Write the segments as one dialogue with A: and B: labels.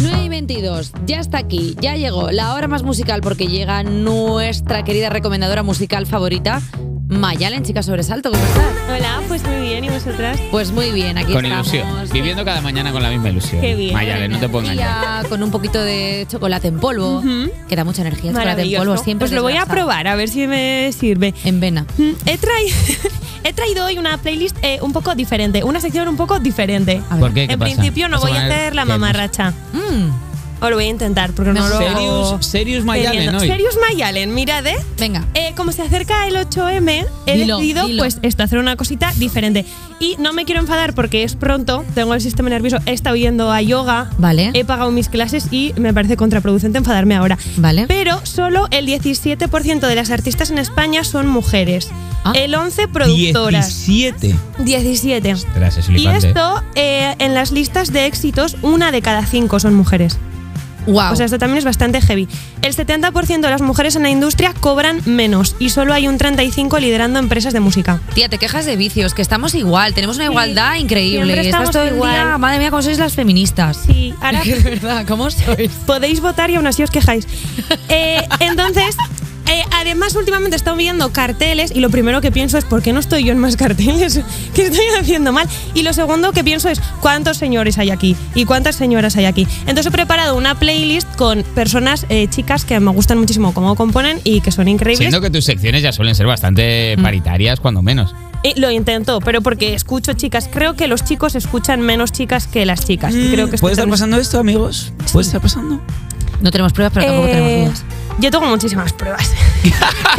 A: 9 y 22, ya está aquí, ya llegó la hora más musical porque llega nuestra querida recomendadora musical favorita, Mayalen, chica sobresalto, ¿cómo estás?
B: Hola, pues muy bien, ¿y vosotras?
A: Pues muy bien, aquí
C: Con
A: estamos.
C: ilusión. Viviendo cada mañana con la misma ilusión.
B: Qué bien.
C: Mayale, no te puedo engañar.
A: Día Con un poquito de chocolate en polvo, que da mucha energía, el chocolate en polvo,
B: Maravilloso.
A: siempre
B: Pues lo voy a
A: desgrasa.
B: probar, a ver si me sirve.
A: En vena.
B: Mm, He, trai- he traído hoy una playlist eh, un poco diferente, una sección un poco diferente.
A: A ver.
C: ¿Por Ah, qué? ¿Qué
B: En
C: pasa?
B: principio no
C: ¿Vas
B: voy a
C: poner-
B: hacer la
C: qué?
B: mamarracha.
A: Mm,
B: O lo voy a intentar, porque no lo hago
C: Serious, serious Mayalen
B: queriendo.
C: hoy.
B: Serious Mayalen, mirad, eh.
A: venga.
B: Eh, como se acerca el 8M, he
A: Dilo,
B: decidido
A: dilo.
B: pues esto, hacer una cosita diferente. Y no me quiero enfadar porque es pronto, tengo el sistema nervioso, he estado yendo a yoga,
A: Vale.
B: he pagado mis clases y me parece contraproducente enfadarme ahora.
A: Vale.
B: Pero solo el 17% de las artistas en España son mujeres.
A: Ah.
B: El 11 productoras.
C: 17.
B: 17.
C: Ostras, es
B: Y
C: flipante.
B: esto, eh, en las listas de éxitos, una de cada cinco son mujeres.
A: Wow.
B: O sea, esto también es bastante heavy. El 70% de las mujeres en la industria cobran menos y solo hay un 35% liderando empresas de música.
A: Tía, te quejas de vicios, que estamos igual, tenemos una igualdad increíble.
B: siempre
A: Estás
B: estamos
A: todo el
B: igual.
A: día, madre mía, cómo sois las feministas.
B: Sí, ahora
A: Es verdad, ¿cómo sois?
B: podéis votar y aún así os quejáis. Eh, entonces, eh, además últimamente he estado viendo carteles y lo primero que pienso es ¿por qué no estoy yo en más carteles? ¿Qué estoy haciendo mal? Y lo segundo que pienso es ¿cuántos señores hay aquí? ¿Y cuántas señoras hay aquí? Entonces he preparado una playlist con personas, eh, chicas que me gustan muchísimo cómo componen y Mm. que son increíbles.
C: Siendo que tus secciones ya suelen ser bastante paritarias, cuando menos.
B: Eh, lo intento, pero porque escucho chicas. Creo que los chicos escuchan menos chicas que las chicas.
A: Mm,
B: Y creo que esto también-
C: esto, amigos? ¿Puede estar pasando?
A: No tenemos pruebas, pero tampoco
B: Eh,
A: tenemos dudas.
B: Yo tengo muchísimas pruebas.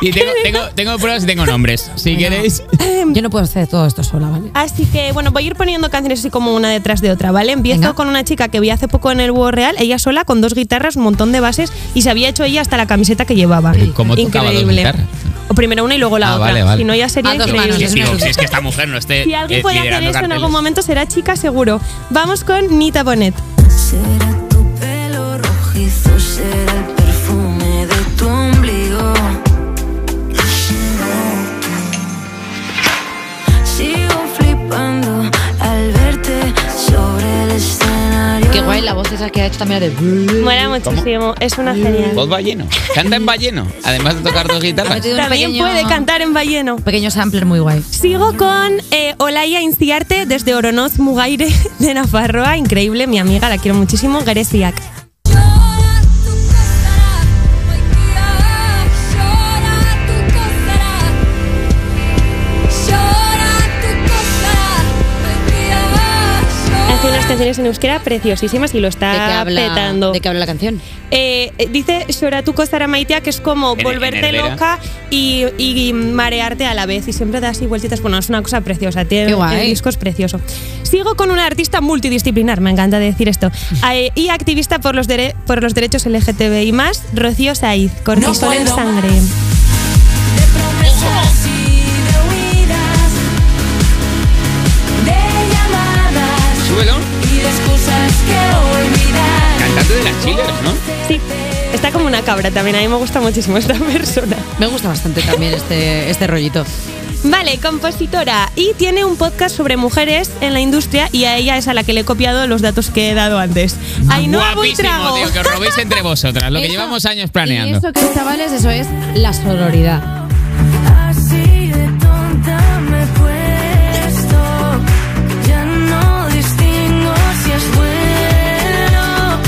C: Y tengo, tengo, tengo pruebas y tengo nombres. Si
A: Venga.
C: queréis.
B: em.
A: Yo no puedo hacer todo esto sola, ¿vale?
B: Así que, bueno, voy a ir poniendo canciones así como una detrás de otra, ¿vale? Empiezo
A: Venga.
B: con una chica que vi hace poco en el Búho Real, ella sola, con dos guitarras, un montón de bases, y se había hecho ella hasta la camiseta que llevaba.
C: Pero ¿y cómo tocaba dos guitarras?
B: O primero una y luego la
C: Ah,
B: otra.
C: vale, vale.
B: Si no, ya sería
A: A dos
B: increíble.
A: manos,
C: Sí,
A: es
C: sí,
A: una-
C: o si es que esta mujer no esté.
B: Si alguien
C: eh,
B: puede hacer
C: liderando
B: eso en
C: carteles.
B: algún momento, será chica seguro. Vamos con Nita Bonet.
D: Será tu pelo rojizo, será el perfume de tu ombligo. Sigo flipando al verte sobre el escenario.
A: Qué guay la voz esa que ha hecho también la de...
B: Mola muchísimo, es una genial.
C: Voz balleno. Canta en balleno, además de tocar dos
A: Ha
C: guitarras.
A: metido un
B: También
A: pequeño-
B: puede cantar en balleno.
A: Pequeño sampler muy guay.
B: Sigo con eh, Olaya Inciarte desde Oronoz Mugaire de Nafarroa. Increíble, mi amiga, la quiero muchísimo. Geresiak.
E: Llora tu costará, oikia, llora tu costará. Llora tu costará, oikia,
B: Hace unas
E: llora.
B: canciones en este- euskera preciosísimas y lo está
A: ¿De qué, habla,
B: Ah, petando.
A: ¿De qué habla la canción?
B: Eh, eh, dice Shora tu costará maitea, que es como
C: En- en
B: volverte
C: Herbera.
B: loca y, y marearte a la vez. Y siempre das y vueltitas. Bueno, es una cosa preciosa. Tiene,
A: Qué guay.
B: El disco es precioso. Sigo con una artista multidisciplinar, me encanta decir esto. eh, y activista por los, dere- por los derechos LGTBI, Rocío Saiz, Cortisol en sangre.
E: De promesas y de huidas, de llamadas
C: Súbelo.
E: y de excusas que olvidar.
C: Cantante de las chillers, ¿no?
B: Sí, está como una cabra también. A mí me gusta muchísimo esta persona.
A: Me gusta bastante también este, este rollito.
B: Vale, compositora. Y tiene un podcast sobre mujeres en la industria y a ella es a la que le he copiado los datos que he dado antes. Ainhoa
C: Ah, Guapísimo,
B: Buitrago.
C: tío, que os robéis entre vosotras, lo que
A: Eso-
C: llevamos años
A: Y
C: planeando.
A: eso que, chavales, eso es la sororidad.
D: Así de tonta me he puesto. Ya no distingo si es bueno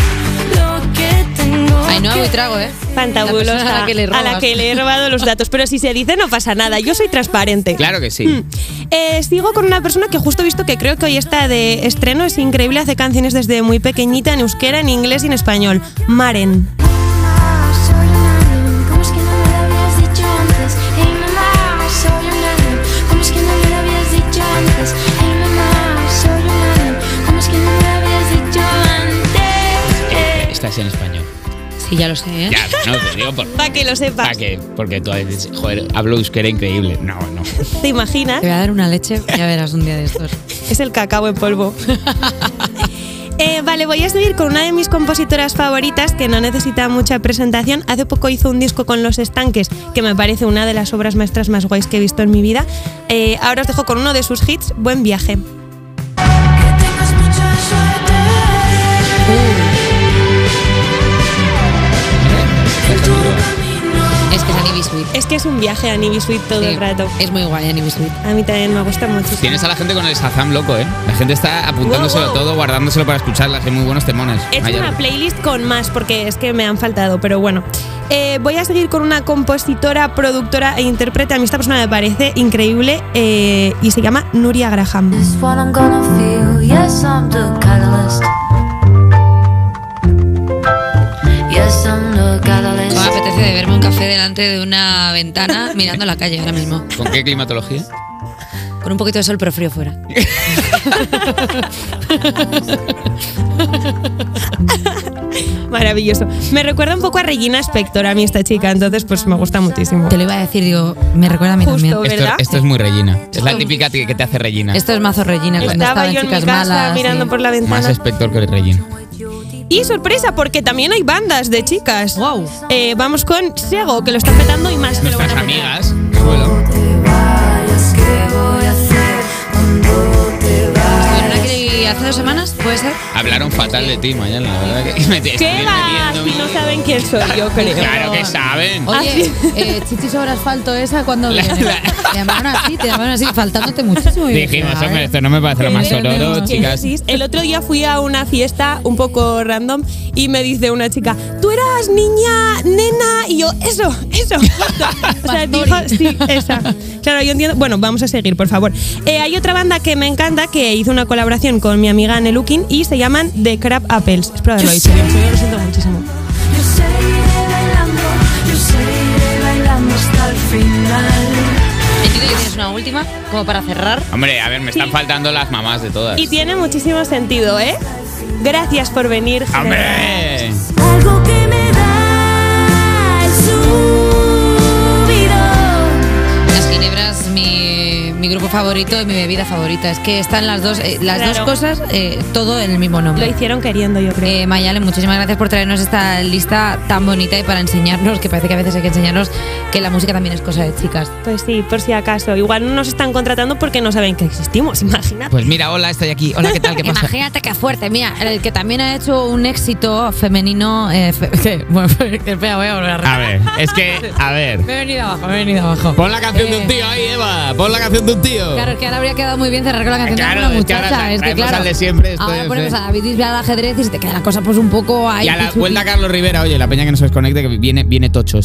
D: lo que tengo.
B: Oh,
A: Ay, no,
D: que
A: voy trago, ¿eh? La persona
B: Fantabulosa.
A: a la que le robas.
B: he robado los datos. Pero si se dice, no pasa nada. Yo soy transparente.
C: Claro que sí.
B: Eh, sigo con una persona que justo he visto que creo que hoy está de estreno. Es increíble, hace canciones desde muy pequeñita en euskera, en inglés y en español. Maren.
F: Mamá, soy un nano. ¿Cómo es que no me lo habías dicho antes? Hey mamá, soy un nano. ¿Cómo es que no me lo habías dicho antes? Hey mamá, soy un nano. ¿Cómo es que no me lo habías dicho antes?
C: Eh, Estás en español.
A: Sí, ya lo sé, ¿eh?
C: Ya, no te digo por.
B: Para que lo sepas.
C: ¿Para qué? Porque tú dices, joder, hablo euskera increíble. No, no.
B: ¿Te imaginas?
A: Te voy a dar una leche, ya verás un día de estos.
B: Es el cacao en polvo. Eh, vale, voy a seguir con una de mis compositoras favoritas que no necesita mucha presentación. Hace poco hizo un disco con Los Estanques, que me parece una de las obras maestras más guays que he visto en mi vida. Eh, ahora os dejo con uno de sus hits, Buen Viaje.
D: tengas mucha suerte.
B: Uh. que es un viaje a Nibisuit todo
A: Sí,
B: el rato.
A: Es muy guay, Annie Sweet.
B: A mí también me gusta muchísimo.
C: Tienes a la gente con el Shazam loco, ¿eh? La gente está apuntándoselo
B: Wow, wow.
C: todo, guardándoselo para escucharlas. Hay muy buenos temones.
B: He hecho
C: Mayor.
B: una playlist con más porque es que me han faltado, pero bueno. Eh, voy a seguir con una compositora, productora e intérprete. A mí esta persona me parece increíble eh, y se llama Nuria Graham.
D: That's what I'm gonna feel. Yes, I'm the catalyst. Yes, I'm the catalyst.
A: Me apetece de verme un café delante de una ventana mirando la calle ahora mismo.
C: ¿Con qué climatología?
A: Con un poquito de sol, pero frío fuera.
B: Maravilloso. Me recuerda un poco a Regina Spector, a mí esta chica, entonces pues me gusta muchísimo.
A: Te lo iba a decir, digo, me recuerda a mí
B: Justo.
A: también.
C: Esto,
B: ¿Verdad?
C: esto es muy Regina. Es la típica que que te hace Regina.
A: Esto es mazo Regina cuando estaba,
B: Estaba yo en mi
A: Chicas
B: casa
A: Malas.
B: mirando
A: sí.
B: por la
C: Más
B: ventana.
C: espector que Regina.
B: Y sorpresa, porque también hay bandas de chicas.
A: Wow.
B: Eh, vamos con Sego, que lo está petando y más que lo van
C: Nuestras
B: a petar.
C: amigas. Qué bueno.
A: Estuvieron aquí hace dos semanas, ¿puede ser?
C: Hablaron fatal de ti, Mayana, la verdad que me te
B: ¿Qué
C: estoy
B: va?
C: metiendo
B: Si
C: en-
B: no saben quién soy yo, creo.
C: Claro que saben.
A: Oye,
B: Ah, sí.
A: eh, chichi sobre asfalto esa cuando
C: La-
A: viene.
C: la-
A: Te llamaron así, te llamaron así, faltándote muchísimo. eh, Y yo dije,
C: Dijimos,
A: a
C: hombre,
A: ver.
C: esto no me parece lo más
A: Pero,
C: sonoro,
A: pero,
C: chicas.
B: Sí, El otro día fui a una fiesta un poco random y me dice una chica, tú eras niña, nena, y yo, eso, eso. justo". o sea, dijo,
A: Pastori.
B: sí, esa. Claro, yo entiendo. Bueno, vamos a seguir, por favor. Eh, hay otra banda que me encanta que hizo una colaboración con mi amiga Nelukin y se llaman The Crab Apples. Espero haberlo dicho bien, yo lo siento muchísimo.
E: Yo seguiré bailando, yo seguiré bailando hasta el final.
A: Entiendo que tienes una última, como para cerrar.
C: Hombre, a ver, me están faltando las mamás de todas.
B: Y tiene muchísimo sentido, ¿eh? Gracias por venir.
C: ¡Hombre!
E: Algo que me da el subido.
A: Las ginebras, mi, mi grupo favorito y mi bebida favorita. Es que están las dos, eh, las
B: Claro.
A: dos cosas, eh, todo en el mismo nombre.
B: Lo hicieron queriendo, yo creo.
A: Eh, Mayale, muchísimas gracias por traernos esta lista tan bonita y para enseñarnos, que parece que a veces hay que enseñarnos que la música también es cosa de chicas.
B: Pues sí, por si acaso. Igual no nos están contratando porque no saben que existimos, imagínate.
C: Pues mira, hola, estoy aquí. Hola, ¿qué tal? ¿Qué pasa?
A: Imagínate qué fuerte, mira, el que también ha hecho un éxito femenino. eh, fe- que- bueno, espera, voy a volver a
C: A ver, es que, a ver.
A: Me he venido abajo, me he venido abajo.
C: Ah. Pon la canción de
A: Eh,
C: un tío ahí, Eva. Pon la canción de un tío.
A: Claro, es que ahora habría quedado muy bien cerrar con la canción
C: Claro,
A: de una
C: es que ahora
A: muchacha. Es que,
C: traemos
A: claro,
C: al de siempre, esto
A: ahora
C: es,
A: ponemos
C: eh.
A: a David Bisbal al ajedrez y se te queda la cosa pues un poco ahí.
C: y a la
A: pichuti.
C: vuelta Carlos Rivera, oye, la peña que no se desconecte, que viene, viene tocho